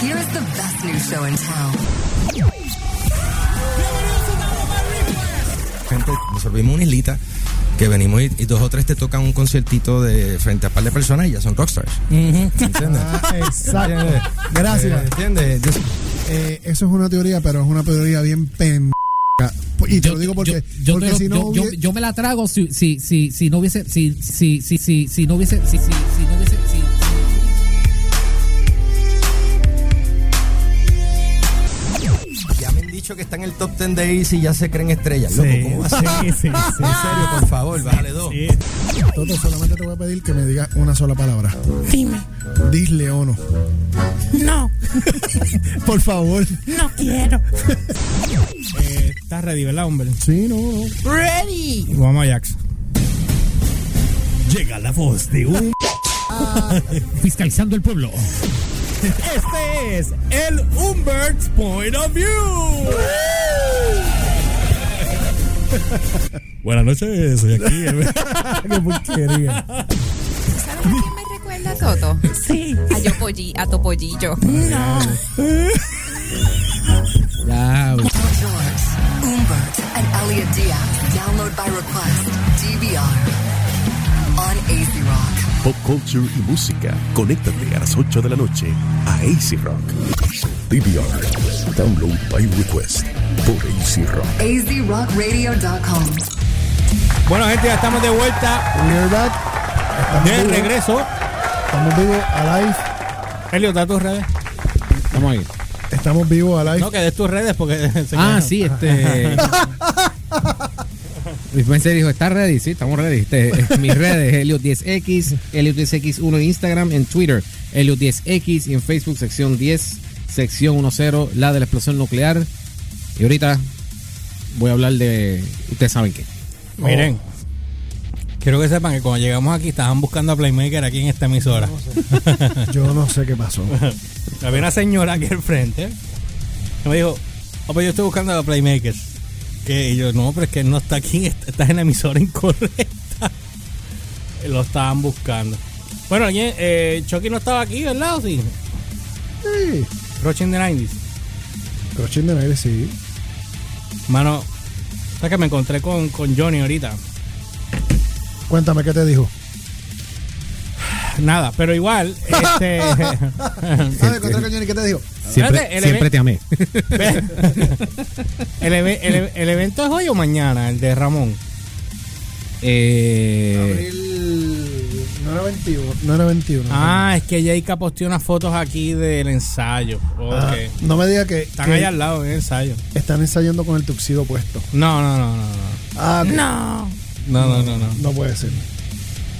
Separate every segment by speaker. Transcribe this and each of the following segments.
Speaker 1: Here is the best new show in town.
Speaker 2: ejemplo, nos servimos una islita que venimos y, y dos o tres te tocan un conciertito de frente a un par de personas y ya son rockstars. ¿Entiendes?
Speaker 3: Exacto.
Speaker 2: ¿Entiendes?
Speaker 3: Gracias.
Speaker 2: Eh, ¿Entiendes? Yo-
Speaker 3: Ah, Eh, eso es una teoría, pero es una teoría bien pen. Y te lo digo porque,
Speaker 4: yo,
Speaker 3: porque
Speaker 4: te lo-
Speaker 3: si no.
Speaker 4: yo- yo-
Speaker 3: hubie-
Speaker 4: yo me la trago si, si, si, si no hubiese si, si, si, si, si no hubiese si, si, si no hubiese si,
Speaker 2: Ya me han dicho que está en el top 10 de Easy y ya se creen estrellas. Loco,
Speaker 5: Sí,
Speaker 2: ¿cómo va a ser?
Speaker 5: sí, sí, sí.
Speaker 2: En serio, por favor, bájale dos.
Speaker 5: Sí.
Speaker 3: Toto, solamente te voy a pedir que me digas una sola palabra.
Speaker 6: Dime.
Speaker 3: Disle o no.
Speaker 6: No,
Speaker 3: Por favor.
Speaker 6: no quiero.
Speaker 5: Eh, Estás ready, ¿verdad, hombre?
Speaker 3: Sí, no, no.
Speaker 6: Ready.
Speaker 5: Vamos a Jax. Llega la voz de un.
Speaker 4: fiscalizando el pueblo.
Speaker 5: Este es el Humbert's Point of View. Buenas noches, soy aquí.
Speaker 3: Qué porquería.
Speaker 7: ¿Sabes a quién me recuerda Toto?
Speaker 6: Sí.
Speaker 7: A Yopolli, a Topollillo.
Speaker 6: No.
Speaker 4: Ya, güey.
Speaker 1: What's yours? Umbert and Elliot Diaz. Download by request. DVR. On AC Rock.
Speaker 8: Pop culture y música. Conéctate a las 8 de la noche a AC Rock. DVR. Download by request por AC Rock.
Speaker 1: AZRockRadio.com.
Speaker 5: Bueno, gente, ya estamos de vuelta,
Speaker 3: We're back.
Speaker 5: de regreso.
Speaker 3: Estamos vivos a live.
Speaker 5: Elio, da tus redes.
Speaker 4: Vamos ahí.
Speaker 3: Estamos vivos a live.
Speaker 5: No, que des tus redes porque.
Speaker 4: Ah, sí, este. Luis Mercedes dijo, ¿está ready? Sí, estamos ready. Este, mis redes, Helios10X, Helios10X1 en Instagram, en Twitter, Helios10X y en Facebook, sección 10, sección 10, la de la explosión nuclear. Y ahorita voy a hablar de. Ustedes saben qué.
Speaker 5: Oh. Miren. Quiero que sepan que cuando llegamos aquí estaban buscando a Playmaker aquí en esta emisora.
Speaker 3: Yo no sé qué pasó.
Speaker 5: Había una señora aquí al frente que me dijo, oh, yo estoy buscando a Playmaker. Que y yo, no, pero es que él no está aquí, est- estás en la emisora incorrecta. Lo estaban buscando. Bueno, alguien, eh, Chucky no estaba aquí, ¿verdad? ¿O sí?
Speaker 3: Sí.
Speaker 5: Rochin the 90s.
Speaker 3: Crochet de Negre, sí.
Speaker 5: Mano, sabes que me encontré con, con Johnny ahorita.
Speaker 3: Cuéntame qué te dijo.
Speaker 5: Nada, pero igual, este.
Speaker 3: ¿Sabes contra Cañón y Ah, qué te dijo?
Speaker 5: Espérate,
Speaker 4: Siempre,
Speaker 5: el
Speaker 4: siempre
Speaker 5: event-
Speaker 4: te amé.
Speaker 5: el, eve- el eve- el evento es hoy o mañana, el de Ramón.
Speaker 4: Eh,
Speaker 3: Abril. No era 21. No era 21.
Speaker 5: Ah, es que Jayka posteó unas fotos aquí del ensayo. Ok.
Speaker 3: Ah, No me digas que,
Speaker 5: Están
Speaker 3: que
Speaker 5: allá al lado en el ensayo.
Speaker 3: están ensayando con el tuxido puesto.
Speaker 5: No, no, no, no,
Speaker 3: Ah, que-
Speaker 6: No.
Speaker 5: no. No, no, no, no.
Speaker 3: no puede ser.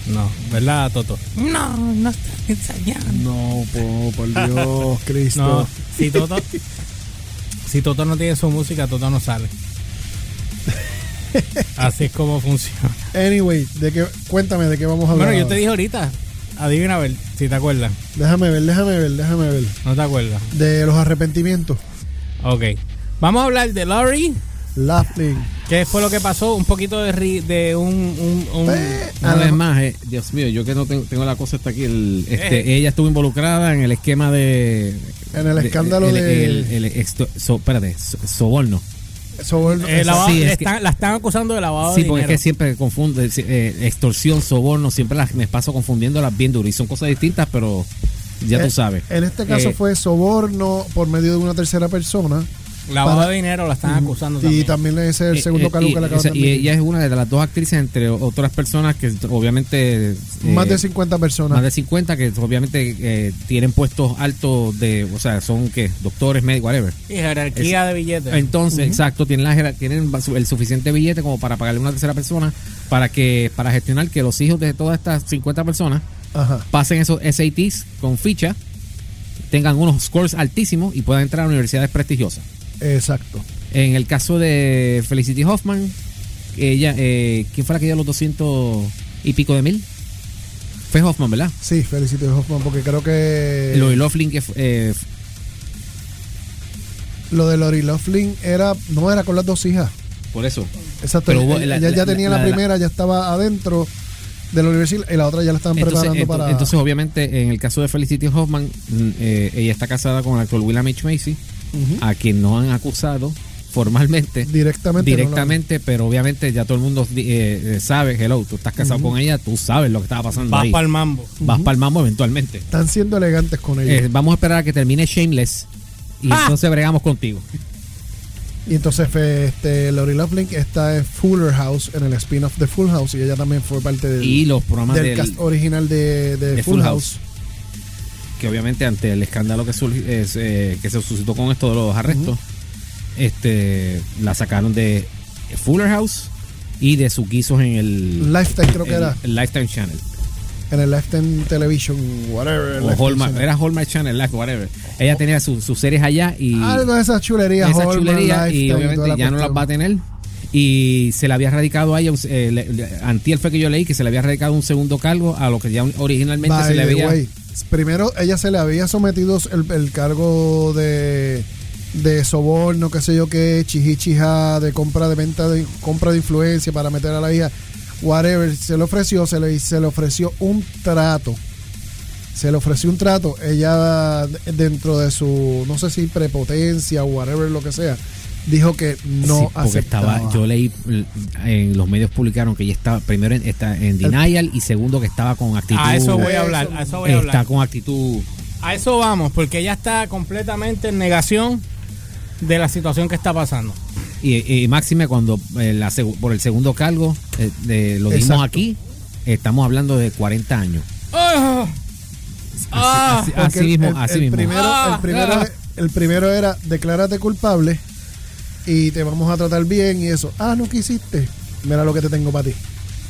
Speaker 5: No, ¿verdad, Toto?
Speaker 6: No, no están ensayando.
Speaker 3: No, po, por Dios, Cristo.
Speaker 5: No, si Toto. si Toto no tiene su música, Toto no sale. Así es como funciona.
Speaker 3: Anyway, de qué, cuéntame de qué vamos a hablar.
Speaker 5: Bueno, yo te
Speaker 3: ahora.
Speaker 5: dije ahorita. Adivina a ver si te acuerdas.
Speaker 3: Déjame ver, déjame ver, déjame ver.
Speaker 5: No te acuerdas.
Speaker 3: De los arrepentimientos.
Speaker 5: Ok. Vamos a hablar de Laurie.
Speaker 3: Laughing.
Speaker 4: Mm.
Speaker 5: ¿Qué fue lo que pasó? Un poquito de, ri- de un. un- un-
Speaker 3: Eh,
Speaker 4: una
Speaker 3: a la-
Speaker 4: vez más, eh, Dios mío, yo que no tengo, tengo la cosa hasta aquí. el- este,
Speaker 5: Eh.
Speaker 4: Ella estuvo involucrada en el esquema de.
Speaker 3: En el escándalo
Speaker 4: el-
Speaker 3: de-
Speaker 4: el- el- el exto- so- espérate, so- soborno.
Speaker 3: soborno-
Speaker 5: eh, lavado-
Speaker 4: Sí, es
Speaker 5: le
Speaker 4: que-
Speaker 5: están- la están acusando de
Speaker 3: Oh,
Speaker 5: lavado
Speaker 4: Sí,
Speaker 5: de
Speaker 4: porque es
Speaker 5: dinero.
Speaker 4: que siempre confundo, eh, eh, extorsión, soborno, siempre las, me paso confundiéndolas bien duro y son cosas distintas, pero ya
Speaker 3: Eh,
Speaker 4: tú sabes.
Speaker 3: En este caso
Speaker 4: Eh,
Speaker 3: fue soborno por medio de una tercera persona.
Speaker 5: Lavado
Speaker 3: para-
Speaker 5: de dinero la están acusando
Speaker 3: Y
Speaker 5: también.
Speaker 3: también ese es el
Speaker 4: Ah, eh,
Speaker 3: segundo
Speaker 4: eh,
Speaker 3: cargo
Speaker 4: y,
Speaker 3: que le
Speaker 4: o
Speaker 3: acaban
Speaker 4: sea,
Speaker 3: de
Speaker 4: y
Speaker 3: admitir.
Speaker 4: ella es una de las dos actrices, entre otras personas que obviamente. eh,
Speaker 3: Más de 50 personas.
Speaker 4: más de 50 que obviamente eh, tienen puestos altos de, o sea, son que doctores, médicos, whatever.
Speaker 5: Y jerarquía de billetes.
Speaker 4: Entonces, exacto, tienen, la, jer- tienen ba- su- el suficiente billete como para pagarle a una tercera persona para que para gestionar que los hijos de todas estas 50 personas
Speaker 3: Ajá.
Speaker 4: pasen esos SATs con ficha, tengan unos scores altísimos y puedan entrar a universidades prestigiosas.
Speaker 3: Exacto.
Speaker 4: En el caso de Felicity Hoffman, ella, eh, ¿quién fue la que dio los 200 y pico de mil? Fue Hoffman, ¿verdad?
Speaker 3: Sí, felicito Hoffman, porque creo que
Speaker 4: Lori Loughlin, que fue, eh,
Speaker 3: lo de Lori Loughlin era, no era con las dos hijas.
Speaker 4: por eso.
Speaker 3: Exacto.
Speaker 4: Pero
Speaker 3: ella
Speaker 4: hubo- la-
Speaker 3: ella ya
Speaker 4: la-
Speaker 3: tenía la,
Speaker 4: la- la-
Speaker 3: primera, ya estaba adentro. de la universidad y la otra ya la están
Speaker 4: Entonces,
Speaker 3: preparando
Speaker 4: ento-
Speaker 3: para.
Speaker 4: entonces, obviamente, en el caso de Felicity Hoffman, mm, eh, ella está casada con el actor William H. Macy, a quien no han acusado formalmente.
Speaker 3: Directamente,
Speaker 4: Directamente, pero obviamente ya todo el mundo eh, eh, sabe, hello, tú estás casado con ella, tú sabes lo que estaba pasando
Speaker 5: Vas
Speaker 4: ahí.
Speaker 5: para el mambo.
Speaker 4: Vas para el mambo eventualmente.
Speaker 3: están siendo elegantes con ellos.
Speaker 4: Eh, vamos a esperar a que termine Shameless y
Speaker 3: ¡Ah!
Speaker 4: entonces bregamos contigo.
Speaker 3: y entonces fue, este, Lori Loveling está en Fuller House, en el spin-off de Full House, y ella también fue parte del,
Speaker 4: Y los programas
Speaker 3: del
Speaker 4: del-
Speaker 3: cast original de, de
Speaker 4: de
Speaker 3: Full,
Speaker 4: Full
Speaker 3: House.
Speaker 4: House. que obviamente ante el escándalo que, surgi- es, eh, que se suscitó con esto de los arrestos, este, la sacaron de Fuller House y de sus guisos en el
Speaker 3: Lifetime creo que
Speaker 4: el-
Speaker 3: era.
Speaker 4: el Lifetime Channel
Speaker 3: En el Lifetime Television, whatever.
Speaker 4: o
Speaker 3: Lifetime
Speaker 4: Hallmark,
Speaker 3: Channel.
Speaker 4: era Hallmark Channel, Life, whatever. Ella tenía su- sus series allá y
Speaker 3: Algo de esas chulerías.
Speaker 4: esa
Speaker 3: Ah, Hallmark,
Speaker 4: chulería
Speaker 3: Lifetime
Speaker 4: y
Speaker 3: toda
Speaker 4: obviamente
Speaker 3: la
Speaker 4: ya no las
Speaker 3: cuestión.
Speaker 4: va a tener. Y se le había radicado a ella, eh, le- le- antier fue que yo leí que se le había radicado un segundo cargo a lo que ya originalmente
Speaker 3: By
Speaker 4: se le
Speaker 3: the
Speaker 4: veía.
Speaker 3: way, primero ella se le había sometido el, el cargo de, de soborno, qué sé yo qué, chijichija, de compra de venta de compra de influencia para meter a la hija, whatever, se le ofreció, se le, se le ofreció un trato. Se le ofreció un trato, ella dentro de su, no sé si prepotencia o whatever, lo que sea, dijo que
Speaker 4: Sí,
Speaker 3: no
Speaker 4: porque
Speaker 3: aceptaba.
Speaker 4: estaba yo leí l- en los medios publicaron que ella estaba primero en, está en denial y segundo que estaba con actitud
Speaker 5: A eso voy a hablar. A eso voy a
Speaker 4: está
Speaker 5: hablar.
Speaker 4: con actitud
Speaker 5: A eso vamos, porque ella está completamente en negación de la situación que está pasando.
Speaker 4: y, y máxime cuando eh, la segu- por el segundo cargo eh, de- lo dimos
Speaker 3: Exacto.
Speaker 4: aquí estamos hablando de 40 años
Speaker 5: ¡Ah!
Speaker 4: así,
Speaker 5: Ah,
Speaker 4: así-
Speaker 3: Porque
Speaker 4: así
Speaker 3: el-
Speaker 4: mismo
Speaker 3: el-
Speaker 4: así
Speaker 3: el
Speaker 4: mismo
Speaker 3: primero-
Speaker 5: Ah,
Speaker 3: el, primero,
Speaker 5: ah.
Speaker 3: el primero era declárate culpable y te vamos a tratar bien y eso. Ah, no quisiste. Mira lo que te tengo para ti.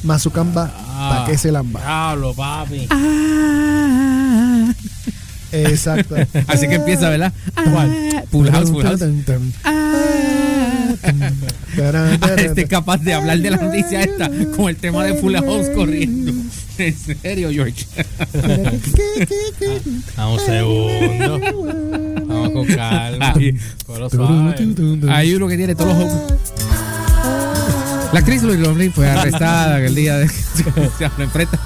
Speaker 3: Mazucamba,
Speaker 5: Ah.
Speaker 3: pa' que se lamba.
Speaker 5: Diablo, papi.
Speaker 3: Exacto.
Speaker 4: Ah. así que empieza ¿verdad?
Speaker 3: ¿Cuál?
Speaker 4: Full House, Full House. Ah.
Speaker 3: Tan, tan, tan. Tarán, tarán,
Speaker 4: este es capaz de hablar de la noticia esta con el tema de Full House corriendo en serio George
Speaker 3: tarán.
Speaker 4: Ah.
Speaker 5: Vamos segundo. Vamos con calma.
Speaker 4: Ay.
Speaker 5: Con lo suave.
Speaker 4: Hay uno que tiene todos los La actriz Lori Loveling fue arrestada en el día de se lo enfrenta.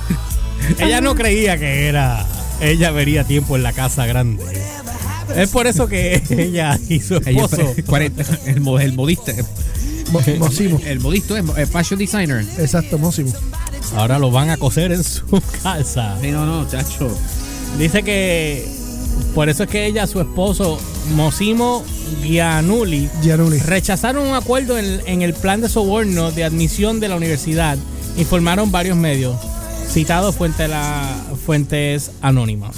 Speaker 5: Ella no creía que era. Ella vería tiempo en la casa grande. Es por eso que ella y su
Speaker 4: Ella
Speaker 5: esposo.
Speaker 4: fue- 40, el, mo- el modista.
Speaker 3: Mo- Mocimo.
Speaker 4: El modisto es es fashion designer.
Speaker 3: Exacto, Mocimo.
Speaker 5: Ahora lo van a coser en su casa.
Speaker 4: Sí, no, no, chacho.
Speaker 5: Dice que por eso es que ella, su esposo, Mosimo Gianulli,
Speaker 3: Gianulli.
Speaker 5: rechazaron un acuerdo en, en el plan de soborno de admisión de la universidad, informaron varios medios, citados fuente la, fuentes anónimas.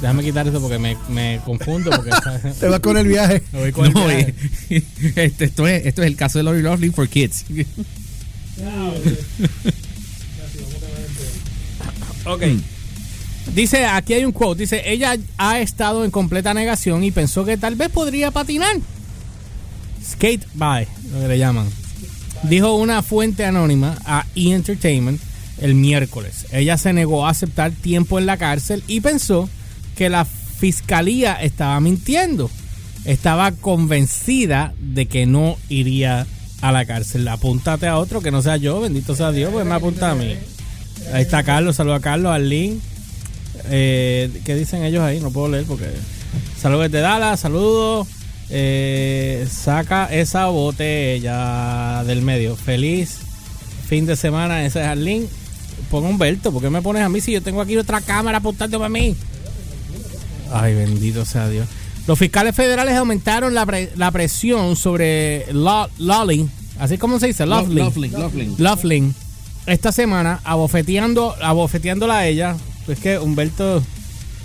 Speaker 5: Déjame quitar esto porque me, me confundo. Porque
Speaker 3: Te vas con el viaje.
Speaker 5: me voy con el
Speaker 4: No,
Speaker 5: viaje.
Speaker 4: eh, este, esto, es, esto es el caso de Lori Loveling for Kids.
Speaker 5: Ok. Dice, aquí hay un quote, dice, ella ha estado en completa negación y pensó que tal vez podría patinar. Skate by, lo que le llaman. Dijo una fuente anónima a E! Entertainment el miércoles. Ella se negó a aceptar tiempo en la cárcel y pensó que la fiscalía estaba mintiendo. Estaba convencida de que no iría a la cárcel. Apúntate a otro que no sea yo, bendito sea Dios, pues me apunta a mí. Ahí está Carlos, saluda a Carlos, Arlene. Eh, ¿Qué dicen ellos ahí? No puedo leer porque. Saludos desde Dallas, saludos. Eh, saca esa botella del medio. Feliz fin de semana, ese es Arlene. Pon a Humberto, ¿por qué me pones a mí si yo tengo aquí otra cámara apuntando para mí? Ay, bendito sea Dios. Los fiscales federales aumentaron la, pre- la presión sobre Lo- Lolly, así como se dice, Lovely.
Speaker 4: Loveling, Loveling.
Speaker 5: Laughlin esta semana abofeteando, abofeteándola a ella. Es que Humberto,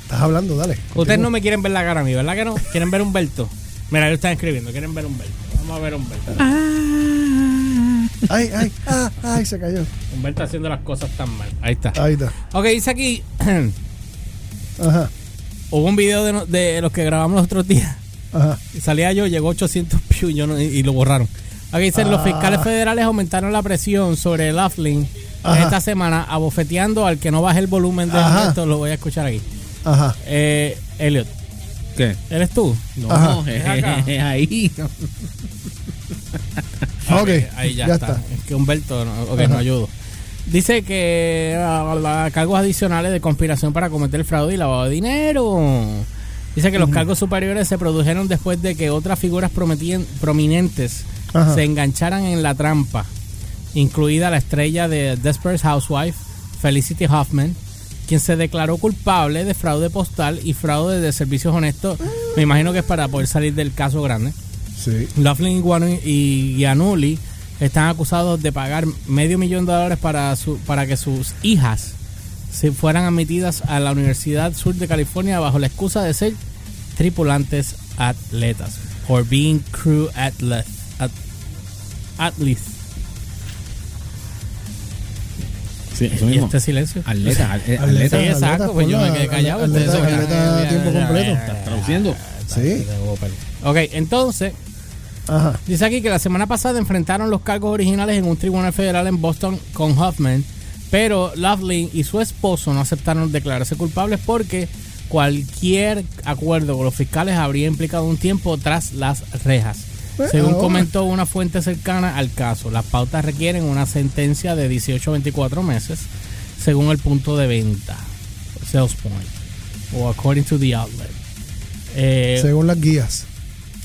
Speaker 3: Estás hablando, dale.
Speaker 5: ustedes no me quieren ver la cara a mí, ¿verdad que no? ¿Quieren ver a Humberto? Mira, ellos están escribiendo, quieren ver a Humberto. Vamos a ver a Humberto.
Speaker 3: Ay, ay, ah, ay, se cayó.
Speaker 5: Humberto haciendo las cosas tan mal. Ahí está.
Speaker 3: Ahí está.
Speaker 5: Ok, dice aquí,
Speaker 3: Ajá,
Speaker 5: hubo un video de, no- de los que grabamos los otros días.
Speaker 3: ajá.
Speaker 5: Y Salía yo, llegó 800 views yo no- y, y lo borraron. Aquí dicen,
Speaker 3: Ah.
Speaker 5: los fiscales federales aumentaron la presión sobre Laughlin
Speaker 3: Ajá.
Speaker 5: esta semana, abofeteando al que no baje el volumen de
Speaker 3: Ajá.
Speaker 5: Humberto. Lo voy a escuchar aquí.
Speaker 3: Ajá.
Speaker 5: Eh, Elliot,
Speaker 4: ¿Qué?
Speaker 5: ¿eres tú?
Speaker 4: No,
Speaker 3: Ajá.
Speaker 4: es ahí.
Speaker 3: Ok,
Speaker 5: ahí ya,
Speaker 3: ya
Speaker 5: está.
Speaker 3: está.
Speaker 5: Es que Humberto, no, ok, no ayudo. Dice que ah, ah, cargos adicionales de conspiración para cometer fraude y lavado de dinero. Dice que los cargos superiores se produjeron después de que otras figuras prometien- prominentes
Speaker 3: Ajá.
Speaker 5: se engancharan en la trampa, incluida la estrella de Desperate Housewife, Felicity Huffman, quien se declaró culpable de fraude postal y fraude de servicios honestos. Me imagino que es para poder salir del caso grande.
Speaker 3: Sí.
Speaker 5: Laughlin y Guanu- y Gianulli están acusados de pagar medio millón de dólares para, su- para que sus hijas se fueran admitidas a la Universidad Sur de California bajo la excusa de ser tripulantes atletas. Or being crew athlete, at, athletes.
Speaker 4: Sí, eso
Speaker 5: Y
Speaker 4: mismo.
Speaker 5: este silencio.
Speaker 4: Atleta, al- eh,
Speaker 5: Sí,
Speaker 4: atleta,
Speaker 3: Atleta,
Speaker 5: exacto, pues yo me quedé callado.
Speaker 3: atleta,
Speaker 5: ustedes se quedaron-
Speaker 3: atleta a tiempo completo.
Speaker 4: estás traduciendo.
Speaker 3: Sí.
Speaker 5: Ok, entonces,
Speaker 3: Ajá.
Speaker 5: Dice aquí que la semana pasada enfrentaron los cargos originales en un tribunal federal en Boston con Huffman, pero Laughlin y su esposo no aceptaron declararse culpables porque cualquier acuerdo con los fiscales habría implicado un tiempo tras las rejas.
Speaker 3: Bueno.
Speaker 5: Según comentó una fuente cercana al caso, las pautas requieren una sentencia de 18 a 24 meses según el punto de venta, sales point, o according to the outlet. Eh,
Speaker 3: Según las guías.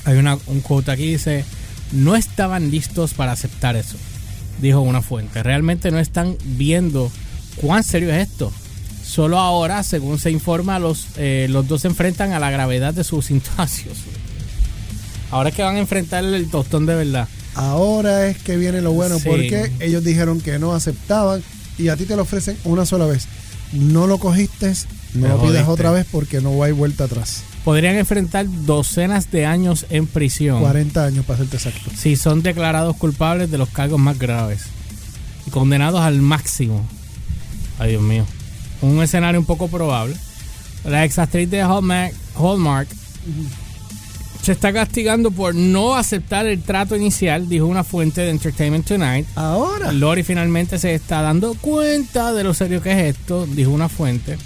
Speaker 5: hay una, un quote aquí dice, no estaban listos para aceptar eso, dijo una fuente. Realmente no están viendo cuán serio es esto. Solo ahora, según se informa, los, eh, los dos se enfrentan a la gravedad de sus intoxios. Ahora es que van a enfrentar el tostón de verdad.
Speaker 3: Ahora es que viene lo bueno
Speaker 5: Sí.
Speaker 3: porque ellos dijeron que no aceptaban y a ti te lo ofrecen una sola vez. No lo cogiste, no
Speaker 5: Me
Speaker 3: lo pidas
Speaker 5: jodiste.
Speaker 3: otra vez porque no hay vuelta atrás.
Speaker 5: Podrían enfrentar docenas de años en prisión
Speaker 3: 40 años para serte exacto.
Speaker 5: si son declarados culpables de los cargos más graves y condenados al máximo. Ay, Dios mío. Un escenario un poco probable. La exactriz de Hallmark, Hallmark se está castigando por no aceptar el trato inicial, dijo una fuente de Entertainment Tonight.
Speaker 3: Ahora.
Speaker 5: Lori finalmente se está dando cuenta de lo serio que es esto, dijo una fuente.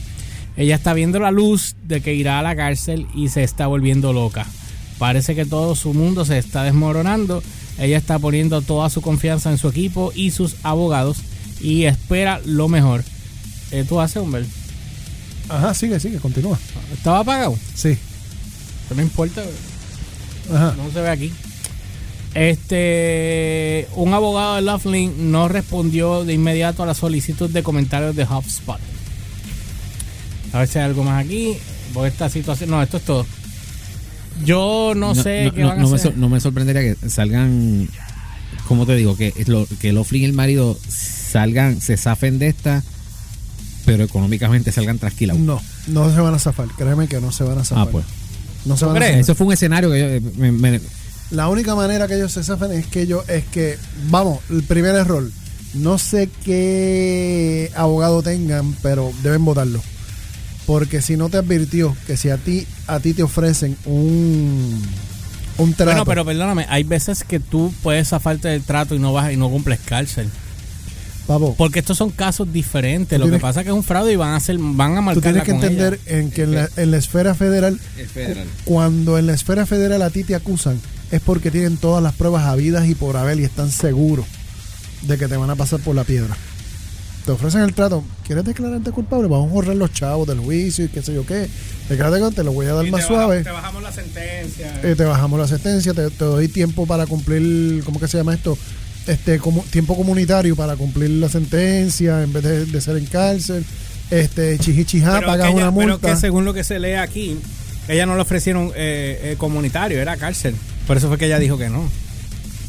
Speaker 5: Ella está viendo la luz de que irá a la cárcel y se está volviendo loca. Parece que todo su mundo se está desmoronando. Ella está poniendo toda su confianza en su equipo y sus abogados y espera lo mejor. Eh, ¿Tú haces, Humbert?
Speaker 3: Ajá, sigue, sigue, continúa.
Speaker 5: ¿Estaba apagado?
Speaker 3: Sí.
Speaker 5: No importa. bro.
Speaker 3: Ajá.
Speaker 5: No se ve aquí. Este, un abogado de Laughlin no respondió de inmediato a la solicitud de comentarios de HubSpot. A ver si hay algo más aquí. Por esta situación. No, esto es todo. Yo no, sé qué van
Speaker 4: no
Speaker 5: a
Speaker 4: me,
Speaker 5: hacer.
Speaker 4: sor- no me sorprendería que salgan, como te digo, que es lo, que Loflin y el marido salgan, se zafen de esta, pero económicamente salgan tranquilados.
Speaker 3: No, no se van a zafar. Créeme que no se van a zafar.
Speaker 4: ah, pues.
Speaker 3: No se van a
Speaker 4: Hombre,
Speaker 3: zafar.
Speaker 4: Eso fue un escenario que yo eh, me- me-
Speaker 3: La única manera que ellos se zafan es que ellos, es que, vamos, el primer error. No sé qué abogado tengan, pero deben votarlo. Porque si no te advirtió que si a ti, a ti te ofrecen un, un trato.
Speaker 5: Bueno, pero perdóname, hay veces que tú puedes zafarte del trato y no vas y no cumples cárcel.
Speaker 3: papo,
Speaker 5: Porque estos son casos diferentes. Lo que
Speaker 3: tienes-
Speaker 5: pasa es que es un fraude y van a hacer, van a
Speaker 3: tú
Speaker 5: marcar.
Speaker 3: tienes que entender en que en la, en la esfera federal, cuando en la esfera federal a ti te acusan, es porque tienen todas las pruebas habidas y por haber y están seguros de que te van a pasar por la piedra. Te ofrecen el trato, ¿quieres declararte culpable? Vamos a borrar los chavos del juicio y qué sé yo qué. Declárate que te lo voy a dar más suave. Eh, Te bajamos la sentencia. te bajamos la sentencia, te, te doy tiempo para cumplir, ¿cómo que se llama esto? Este, como, tiempo comunitario para cumplir la sentencia en vez de, de ser en cárcel. Este, chijichijá, pagas una multa.
Speaker 5: según lo que se lee aquí, ella no le ofrecieron eh, comunitario, era cárcel. Por eso fue que ella dijo que no.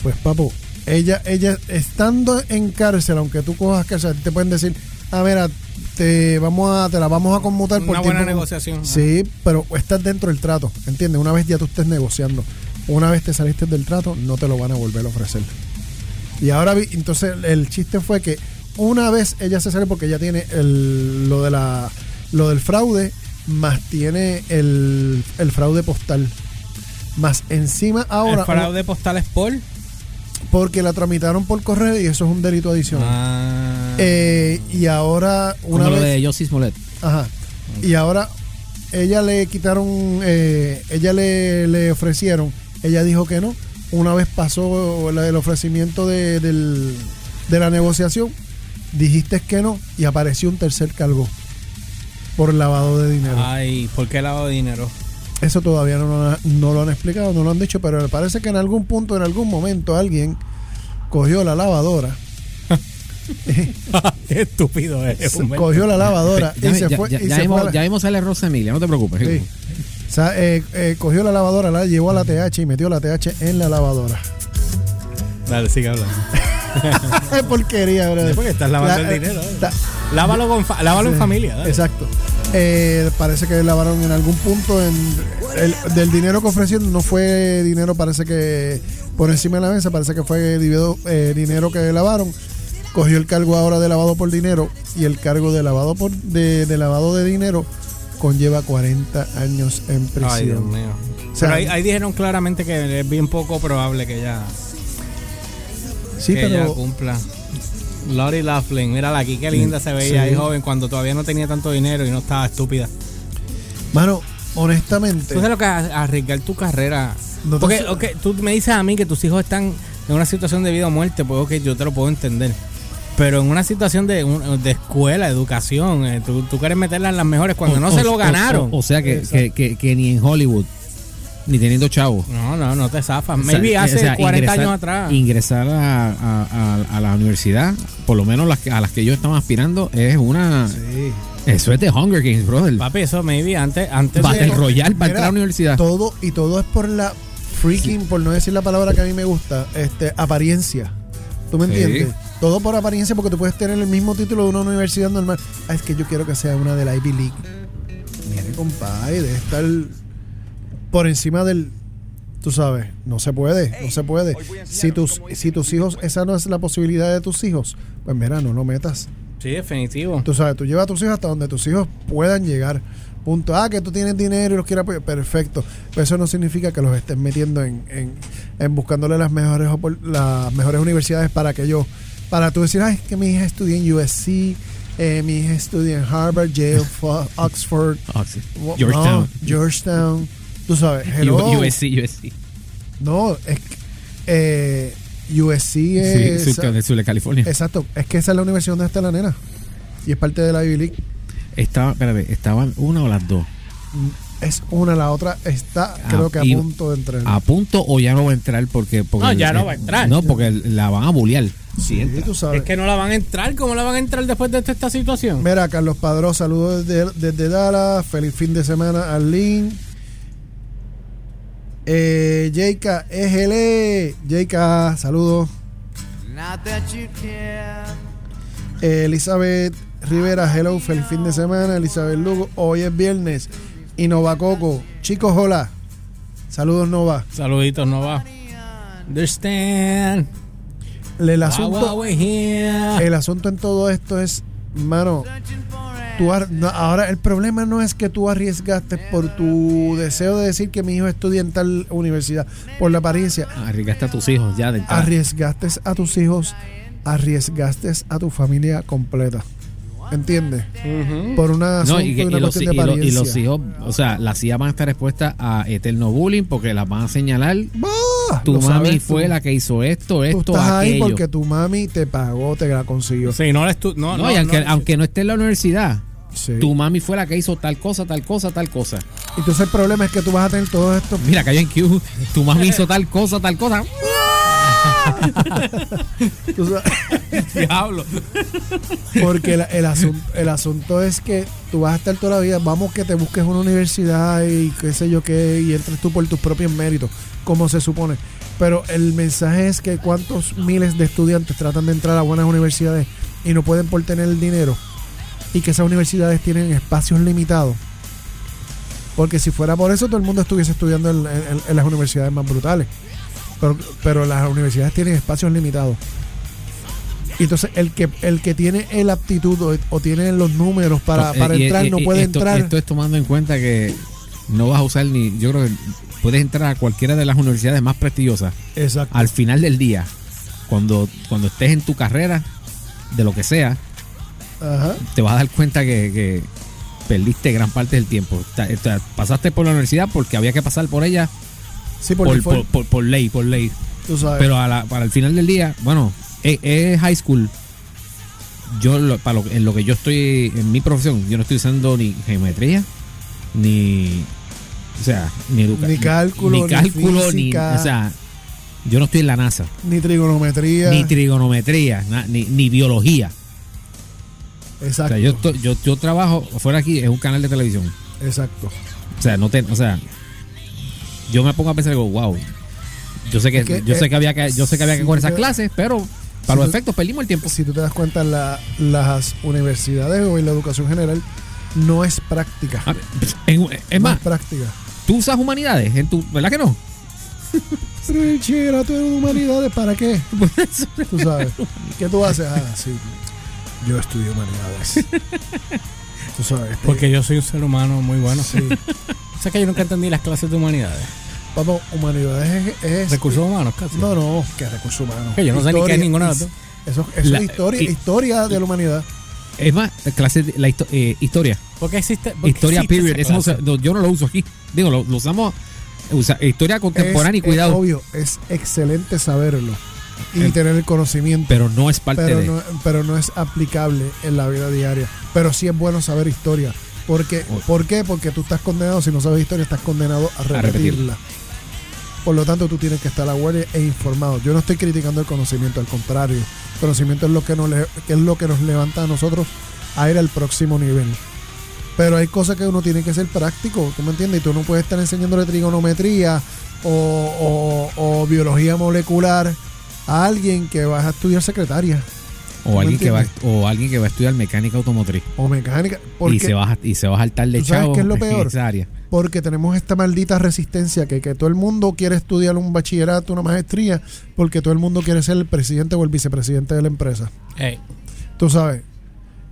Speaker 3: Pues papo, ella, ella estando en cárcel, aunque tú cojas cárcel, a ti te pueden decir, ah, mira, te vamos a, te la vamos a conmutar por
Speaker 5: Una buena
Speaker 3: tiempo".
Speaker 5: negociación.
Speaker 3: Sí, pero estás dentro del trato, ¿entiendes? Una vez ya tú estés negociando, una vez te saliste del trato, no te lo van a volver a ofrecer. Y ahora vi, entonces el chiste fue que una vez ella se sale porque ella tiene el, lo de la lo del fraude, más tiene el, el fraude postal. Más encima ahora.
Speaker 5: el fraude postal es por.
Speaker 3: Porque la tramitaron por correo y eso es un delito adicional.
Speaker 5: Ah.
Speaker 3: Eh, y ahora,
Speaker 4: como
Speaker 3: una
Speaker 4: lo
Speaker 3: vez.
Speaker 4: de Josie Smollett.
Speaker 3: Ajá. Y ahora, ella le quitaron. eh, ella le, le ofrecieron. Ella dijo que no. Una vez pasó la- el ofrecimiento de, del- de la negociación, dijiste que no y apareció un tercer cargo por lavado de dinero.
Speaker 4: Ah.
Speaker 5: Ay, ¿por qué lavado de dinero?
Speaker 3: Eso todavía no, lo han- no lo han explicado, no lo han dicho, pero me parece que en algún punto, en algún momento, alguien cogió la lavadora,
Speaker 5: qué estúpido es.
Speaker 3: cogió la lavadora y
Speaker 4: Ya,
Speaker 3: se
Speaker 4: ya-
Speaker 3: fue.
Speaker 4: ya-
Speaker 3: y
Speaker 4: ya
Speaker 3: se
Speaker 4: vimos,
Speaker 3: fue a la-
Speaker 4: ya vimos al error de Emilia, no te preocupes.
Speaker 3: Sí. O sea, eh, eh, cogió la lavadora, la llevó a la TH y metió la TH en la lavadora.
Speaker 5: Dale, sigue hablando.
Speaker 3: Es porquería, bro.
Speaker 5: Sí, porque estás lavando el dinero, eh. Lávalo, con fa- lávalo en familia. dale.
Speaker 3: Exacto. Eh, parece que lavaron en algún punto en el- del dinero que ofrecieron no fue dinero parece que por encima de la mesa parece que fue divido- eh, dinero que lavaron cogió el cargo ahora de lavado por dinero y el cargo de lavado por de, de lavado de dinero conlleva 40 años en prisión
Speaker 5: Ay, Dios mío.
Speaker 3: O sea,
Speaker 5: pero ahí, ahí dijeron claramente que es bien poco probable que ella,
Speaker 3: sí
Speaker 5: que ella
Speaker 3: pero
Speaker 5: cumpla. Lori Laughlin, mírala aquí, qué linda se veía
Speaker 3: Sí.
Speaker 5: ahí joven cuando todavía no tenía tanto dinero y no estaba estúpida.
Speaker 3: mano honestamente
Speaker 5: Tú sabes lo que es arriesgar tu carrera.
Speaker 3: No te-
Speaker 5: porque ok, tú me dices a mí que tus hijos están en una situación de vida o muerte, pues ok, yo te lo puedo entender. Pero en una situación de, un- de escuela, educación, eh, tú, tú quieres meterlas en las mejores cuando no se lo ganaron.
Speaker 4: O, sea que, que, que- que ni en Hollywood, ni teniendo chavos.
Speaker 5: no, no, no te zafas.
Speaker 4: O sea,
Speaker 5: Maybe
Speaker 4: eh,
Speaker 5: hace
Speaker 4: o sea,
Speaker 5: 40
Speaker 4: ingresar-
Speaker 5: años atrás.
Speaker 4: Ingresar a, a- a- a la universidad, por lo menos las que- a las que yo estaba aspirando, es una. Eso es de Hunger Games, brother.
Speaker 5: Papi, eso maybe antes, antes
Speaker 4: Battle
Speaker 5: de,
Speaker 4: Royale
Speaker 3: Mira,
Speaker 4: para entrar a la universidad.
Speaker 3: Todo y todo es por la freaking, por no decir la palabra que a mí me gusta, este apariencia. ¿Tú me
Speaker 4: Sí.
Speaker 3: entiendes? Todo por apariencia porque tú puedes tener el mismo título de una universidad normal. Ah, es que yo quiero que sea una de la Ivy League. Mire, compadre, debe estar por encima del tú sabes, no se puede, no se puede. Si tus si tus hijos esa no es la posibilidad de tus hijos, pues mira, no lo metas.
Speaker 5: Sí, definitivo.
Speaker 3: Tú sabes, tú llevas a tus hijos hasta donde tus hijos puedan llegar. Punto. Ah, que tú tienes dinero y los quieres apoyar. Perfecto. Pero eso no significa que los estés metiendo en, en, en buscándole las mejores opor- las mejores universidades para que yo, para tú decir, ay, es que mi hija estudia en USC, eh, mi hija estudia en Harvard, Yale, Fo- Oxford,
Speaker 4: Oxy.
Speaker 3: Wo-
Speaker 4: Ah, Georgetown.
Speaker 3: no, Georgetown. Tú sabes, hello.
Speaker 4: U- USC, USC.
Speaker 3: No, es que, eh, USC
Speaker 4: Sí,
Speaker 3: es.
Speaker 4: sur, del sur de California.
Speaker 3: exacto. Es que esa es la universidad donde está la nena. Y es parte de la Ivy League.
Speaker 4: Estaba, espérate, estaban una o las dos.
Speaker 3: Es una, la otra está
Speaker 4: Ah,
Speaker 3: creo que a
Speaker 4: y-
Speaker 3: punto de entrar.
Speaker 4: ¿A punto o ya no va a entrar? Porque, porque
Speaker 5: No, ya no va a entrar.
Speaker 4: No, porque la van a bullear. Sí,
Speaker 3: Y tú sabes.
Speaker 5: Es que no la van a entrar. ¿Cómo la van a entrar después de esta, esta situación?
Speaker 3: Mira, Carlos Padrón, saludos desde, desde Dallas. Feliz fin de semana, Arlene. Eh, Jaika, EGL. Jaika, saludos. Eh, Elizabeth Rivera, hello, feliz fin de semana. Elizabeth Lugo, hoy es viernes. Y Nova Coco, chicos, hola. Saludos, Nova.
Speaker 5: Saluditos, no va. Understand.
Speaker 3: El
Speaker 5: Why
Speaker 3: asunto,
Speaker 5: we're here.
Speaker 3: El asunto en todo esto es, mano, tú ar- no, ahora el problema no es que tú arriesgaste por tu deseo de decir que mi hijo estudia en tal universidad, por la apariencia.
Speaker 4: Arriesgaste a tus hijos ya de entrada.
Speaker 3: Arriesgaste a tus hijos, arriesgaste a tu familia completa. ¿Entiendes? Por una,
Speaker 4: No,
Speaker 3: asunto
Speaker 4: y,
Speaker 3: y
Speaker 4: que-
Speaker 3: una
Speaker 4: y los,
Speaker 3: cuestión de
Speaker 4: y lo- y
Speaker 3: apariencia.
Speaker 4: los hijos, o sea, las hijas van a estar expuestas a eterno bullying porque las van a señalar.
Speaker 3: ¡Bah!
Speaker 4: Tu
Speaker 3: Lo
Speaker 4: mami
Speaker 3: sabes,
Speaker 4: fue
Speaker 3: tú-
Speaker 4: la que hizo esto,
Speaker 3: Tú
Speaker 4: esto,
Speaker 3: estás ahí
Speaker 4: aquello.
Speaker 3: porque tu mami te pagó, te la consiguió.
Speaker 5: Sí, no la estu- no,
Speaker 4: no,
Speaker 5: no,
Speaker 4: y aunque,
Speaker 5: no.
Speaker 4: aunque no esté en la universidad,
Speaker 3: Sí.
Speaker 4: tu mami fue la que hizo tal cosa, tal cosa, tal cosa.
Speaker 3: Entonces el problema es que tú vas a tener todo esto.
Speaker 4: Mira, cayó en Q. Tu mami hizo tal cosa, tal cosa.
Speaker 3: tú sabes.
Speaker 5: Diablo.
Speaker 3: Porque la- el, asunto, el asunto es que tú vas a estar toda la vida, vamos que te busques una universidad y qué sé yo qué, y entres tú por tus propios méritos, como se supone. Pero el mensaje es que cuántos miles de estudiantes tratan de entrar a buenas universidades y no pueden por tener el dinero, y que esas universidades tienen espacios limitados. Porque si fuera por eso, todo el mundo estuviese estudiando en, en- en las universidades más brutales. Pero, pero las universidades tienen espacios limitados. Y entonces el que el que tiene la aptitud o, o tiene los números para,
Speaker 4: Eh,
Speaker 3: para
Speaker 4: y-
Speaker 3: entrar
Speaker 4: y-
Speaker 3: no
Speaker 4: y
Speaker 3: puede
Speaker 4: esto-
Speaker 3: entrar.
Speaker 4: Esto es tomando en cuenta que no vas a usar ni. Yo creo que puedes entrar a cualquiera de las universidades más prestigiosas.
Speaker 3: Exacto.
Speaker 4: al final del día, cuando, cuando estés en tu carrera, de lo que sea,
Speaker 3: Ajá.
Speaker 4: te vas a dar cuenta que, que perdiste gran parte del tiempo. Ta- eh, ta- pasaste por la universidad porque había que pasar por ella
Speaker 3: Sí,
Speaker 4: por,
Speaker 3: por, default,
Speaker 4: por- por- por ley, por ley.
Speaker 3: tú sabes.
Speaker 4: e, Pero a la- para el final del día, bueno, es, es high school. yo lo- para lo- en lo que yo estoy en mi profesión, yo no estoy usando ni geometría, ni o sea, ni educa-
Speaker 3: Ni cálculo,
Speaker 4: ni
Speaker 3: ni
Speaker 4: cálculo, ni,
Speaker 3: física.
Speaker 4: o sea, yo no estoy en la NASA,
Speaker 3: Ni trigonometría.
Speaker 4: ni trigonometría, na- ni, ni biología. O
Speaker 3: exacto.
Speaker 4: sea, yo, estoy- yo yo trabajo fuera aquí es un canal de televisión.
Speaker 3: Exacto.
Speaker 4: O sea, no te, o sea, yo me pongo a pensar y digo, wow. Yo sé que,
Speaker 3: Es que,
Speaker 4: yo sé
Speaker 3: eh,
Speaker 4: que había que yo sé que había que
Speaker 3: si
Speaker 4: coger
Speaker 3: tú
Speaker 4: esas
Speaker 3: te-
Speaker 4: clases, pero para los
Speaker 3: tú-
Speaker 4: efectos perdimos el tiempo.
Speaker 3: Si tú te das cuenta, la- las universidades o la educación general no es práctica.
Speaker 4: Ah, en-
Speaker 3: No
Speaker 4: es más,
Speaker 3: práctica.
Speaker 4: tú usas humanidades en tu, ¿verdad que no?
Speaker 3: Pero el bachillerato en humanidades, ¿para qué? Tú sabes. ¿Qué tú haces? Ah, sí. Yo estudio humanidades. Tú sabes. este,
Speaker 5: Porque yo soy un ser humano muy bueno.
Speaker 3: Sí.
Speaker 5: O sea que yo nunca entendí las clases de humanidades.
Speaker 3: Vamos, humanidades es. es-
Speaker 5: Recursos humanos, casi.
Speaker 3: No, no, que recursos humanos.
Speaker 5: Que yo no sé ni qué es ninguna de las dos.
Speaker 3: Eso, eso
Speaker 4: La-
Speaker 3: es historia,
Speaker 4: y-
Speaker 3: historia de la humanidad.
Speaker 4: Es más, clases de la histo- eh, historia,
Speaker 5: ¿Por qué existe? por qué
Speaker 4: historia
Speaker 5: existe
Speaker 4: period,
Speaker 5: esa
Speaker 4: eso no
Speaker 5: clase?
Speaker 4: se- no, yo no lo uso aquí. Digo, lo, lo usamos usa- historia contemporánea
Speaker 3: es,
Speaker 4: y cuidado,
Speaker 3: Es obvio, es excelente saberlo y tener el conocimiento,
Speaker 4: pero no es parte
Speaker 3: pero
Speaker 4: de
Speaker 3: no, pero no es aplicable en la vida diaria. Pero sí es bueno saber historia. Porque, ¿Por qué? Porque tú estás condenado, si no sabes historia, estás condenado a repetirla.
Speaker 4: repetirla.
Speaker 3: Por lo tanto, tú tienes que estar a la guardia e informado. Yo no estoy criticando el conocimiento, al contrario. El conocimiento es lo que nos, le- que es lo que nos levanta a nosotros a ir al próximo nivel. Pero hay cosas que uno tiene que ser práctico, ¿tú me entiendes? Y tú no puedes estar enseñándole trigonometría o, o- o biología molecular a alguien que vas a estudiar secretaria
Speaker 4: o alguien que va
Speaker 3: entiendes?
Speaker 4: o alguien que va a estudiar mecánica automotriz
Speaker 3: o mecánica.
Speaker 4: y se
Speaker 3: Porque,
Speaker 4: va a, y se va a saltar de
Speaker 3: ¿Tú sabes
Speaker 4: chavo
Speaker 3: qué es lo peor?
Speaker 4: en esa área.
Speaker 3: porque tenemos esta maldita resistencia que, que todo el mundo quiere estudiar un bachillerato, una maestría, porque todo el mundo quiere ser el presidente o el vicepresidente de la empresa.
Speaker 5: Ey,
Speaker 3: Tú sabes.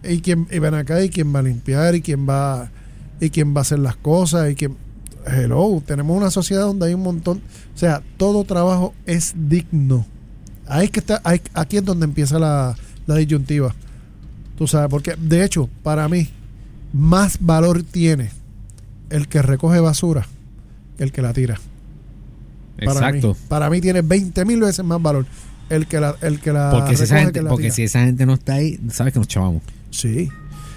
Speaker 3: Y quién y ven acá y quién va a limpiar y quién va y quién va a hacer las cosas y quién hello, tenemos una sociedad donde hay un montón, o sea, todo trabajo es digno. Ahí es que está ahí- aquí es donde empieza la, la disyuntiva. Tú sabes, porque de hecho, para mí más valor tiene el que recoge basura que el que la tira. Para
Speaker 4: Exacto.
Speaker 3: Mí, para mí tiene 20 mil veces más valor el que la el que la
Speaker 4: Porque, si esa,
Speaker 3: Ah, recoge
Speaker 4: gente,
Speaker 3: que la
Speaker 4: porque
Speaker 3: tira.
Speaker 4: si esa gente no está ahí, sabes que nos chavamos.
Speaker 3: Sí.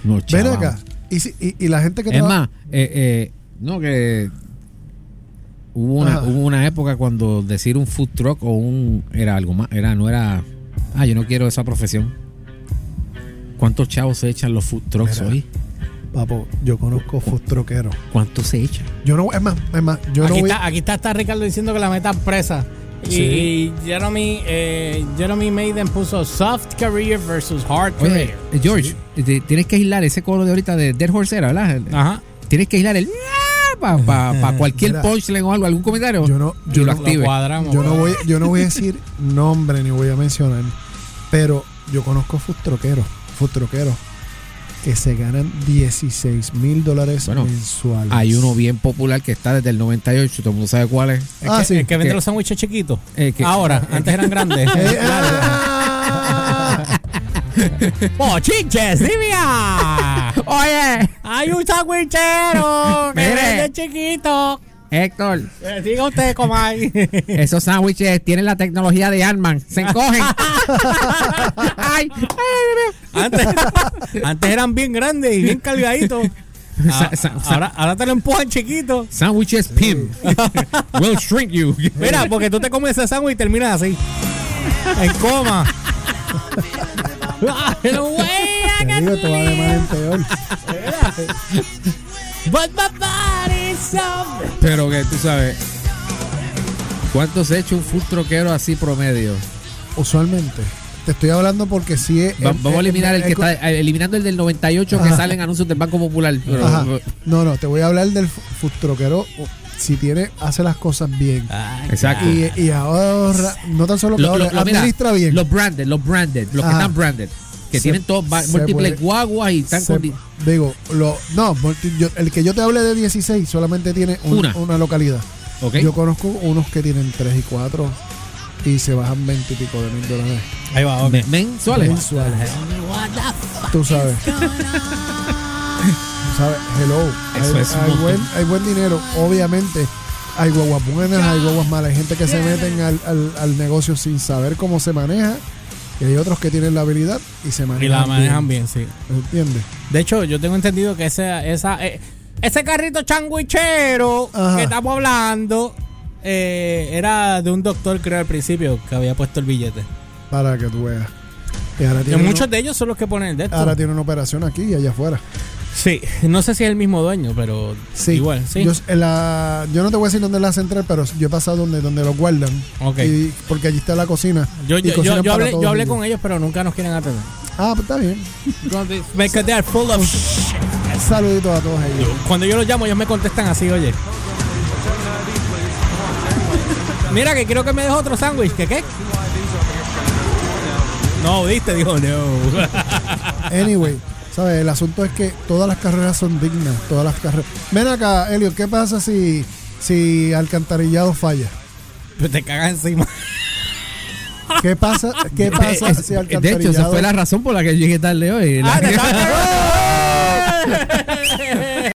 Speaker 4: Nos
Speaker 3: Ven
Speaker 4: chavamos.
Speaker 3: acá. Y, si- y, y la gente que
Speaker 4: Es
Speaker 3: traba-
Speaker 4: más, eh, eh, no, que hubo una,
Speaker 3: Ajá.
Speaker 4: hubo una época cuando decir un food truck o un. Era algo más. Era, no era. Ah, yo no quiero esa profesión. ¿Cuántos chavos se echan los food trucks
Speaker 3: Mira.
Speaker 4: hoy?
Speaker 3: Papo, yo conozco food truckeros.
Speaker 4: ¿Cuántos se echan?
Speaker 3: Yo no, es más, es más, yo
Speaker 5: aquí,
Speaker 3: no voy.
Speaker 5: está, aquí está, está Ricardo diciendo que la meta presa. Y,
Speaker 3: Sí.
Speaker 5: y Jeremy, eh, Jeremy Maiden puso soft career versus hard
Speaker 4: Oye,
Speaker 5: career.
Speaker 4: eh, George, te- tienes que aislar ese coro de ahorita de Dead Horse era, ¿verdad?
Speaker 5: Ajá.
Speaker 4: Tienes que aislar el. Para cualquier
Speaker 3: Mira.
Speaker 4: punchline o algo, algún comentario.
Speaker 3: Yo no-
Speaker 4: y
Speaker 3: yo
Speaker 4: lo
Speaker 3: no-
Speaker 4: active.
Speaker 5: cuadramos.
Speaker 3: Yo no voy, yo no voy a decir nombre ni voy a mencionar. Pero yo conozco food truckeros, food truckeros que se ganan 16 mil dólares
Speaker 4: Bueno,
Speaker 3: mensuales.
Speaker 4: Hay uno bien popular que está desde el 98, todo el mundo sabe cuál es.
Speaker 5: El
Speaker 3: Ah,
Speaker 5: que,
Speaker 3: sí.
Speaker 5: el que vende
Speaker 4: Que-
Speaker 5: los sándwiches chiquitos.
Speaker 4: Eh, que-
Speaker 5: Ahora, antes eran grandes.
Speaker 3: Eh,
Speaker 5: claro.
Speaker 3: ah,
Speaker 5: ¡Pochinches, divia!
Speaker 4: Oye,
Speaker 5: ¡Hay un sándwichero!
Speaker 4: eh. Mire.
Speaker 5: ¡Que vende chiquito!
Speaker 4: Héctor,
Speaker 5: Eh, Diga usted, comay.
Speaker 4: esos sándwiches tienen la tecnología de Ant-Man. Se encogen. Ay, ay, ay,
Speaker 5: Antes, antes eran bien grandes y bien cargaditos.
Speaker 4: ay.
Speaker 5: Ah,
Speaker 4: Sa- sa- sa-
Speaker 5: ahora, ahora te lo empujan chiquito.
Speaker 4: Sándwiches Pim. Will shrink you.
Speaker 5: Mira, porque tú te comes ese sándwich y terminas así. En coma. Pero, güey,
Speaker 3: te digo, te va de mal en peor.
Speaker 5: but my body's so-
Speaker 4: Pero que tú sabes. ¿Cuánto se echa un food troquero así promedio?
Speaker 3: Usualmente. Te estoy hablando porque si es.
Speaker 4: Va-
Speaker 3: es-
Speaker 4: vamos
Speaker 3: es-
Speaker 4: a eliminar el
Speaker 3: es-
Speaker 4: que está eh, eliminando el del 98 que
Speaker 3: Eh, Ajá.
Speaker 4: salen anuncios del Banco Popular. Pero, eh,
Speaker 3: Ajá. No, no, te voy a hablar del fu- food truckero. Si tiene, hace las cosas bien.
Speaker 4: Exacto.
Speaker 3: Y, y ahora, no tan solo que
Speaker 4: Ah. Lo-
Speaker 3: ahora,
Speaker 4: lo- lo- mira,
Speaker 3: administra bien.
Speaker 4: Los branded, los branded, los que
Speaker 3: Ajá.
Speaker 4: están branded. Que
Speaker 3: Se-
Speaker 4: tienen todos ba-
Speaker 3: se
Speaker 4: múltiples
Speaker 3: puede-
Speaker 4: guaguas y están
Speaker 3: Se-
Speaker 4: con. di-
Speaker 3: digo, lo, no, porque yo- el que yo te hablé de 16 solamente tiene un-
Speaker 4: Una.
Speaker 3: una. localidad.
Speaker 4: ¿Ok?
Speaker 3: Yo conozco unos que tienen 3 y 4 y se bajan 20 y pico de mil dólares
Speaker 5: Ahí va, ok.
Speaker 4: Me- mensuales.
Speaker 3: mensuales. Tú sabes. Tú sabes, hello.
Speaker 4: Eso
Speaker 3: hay,
Speaker 4: es un
Speaker 3: hay
Speaker 4: montón.
Speaker 3: buen, hay buen dinero, obviamente. Hay guaguas buenas, hay guaguas malas. Hay gente que se meten al, al- al negocio sin saber cómo se maneja Y hay otros que tienen la habilidad y se manejan.
Speaker 5: Y la manejan
Speaker 3: bien.
Speaker 5: bien, sí.
Speaker 3: ¿Entiendes?
Speaker 5: De hecho, yo tengo entendido que esa, esa, eh, ese carrito changuichero
Speaker 3: Ajá.
Speaker 5: que estamos hablando eh, era de un doctor, creo, al principio, que había puesto el billete.
Speaker 3: Para que tú veas. Y ahora
Speaker 5: Que
Speaker 3: tiene,
Speaker 5: muchos de ellos son los que ponen el de esto.
Speaker 3: ahora tiene una operación aquí y allá afuera.
Speaker 5: Sí, no sé si es el mismo dueño, pero
Speaker 3: Sí.
Speaker 5: igual, sí.
Speaker 3: Yo, en la- yo no te voy a decir dónde es la central, pero yo he pasado donde, donde los guardan.
Speaker 5: Ok.
Speaker 3: Y- porque allí está la cocina.
Speaker 5: Yo,
Speaker 3: y
Speaker 5: yo, yo-
Speaker 3: cocinan
Speaker 5: yo
Speaker 3: para
Speaker 5: hablé,
Speaker 3: todos
Speaker 5: yo hablé
Speaker 3: ellos.
Speaker 5: con ellos, pero nunca nos quieren atender.
Speaker 3: Ah, pues está bien.
Speaker 5: Because they are full of shit.
Speaker 3: Saluditos a todos ellos.
Speaker 5: Cuando yo los llamo, ellos me contestan así, oye. Mira, que quiero que me des otro sándwich. ¿Qué qué? No, viste, dijo, no.
Speaker 3: Anyway, ¿sabes? El asunto es que todas las carreras son dignas. Todas las carreras. Ven acá, Elio, ¿qué pasa si, si alcantarillado falla?
Speaker 5: Pero te cagas encima.
Speaker 3: ¿Qué pasa,
Speaker 5: Eh,
Speaker 3: qué pasa
Speaker 4: Eh, Es-
Speaker 3: si
Speaker 4: de hecho, esa
Speaker 3: alcantarillado Ah,
Speaker 4: fue la razón por la que llegué tarde hoy. La-
Speaker 5: Ah, te estás cagando.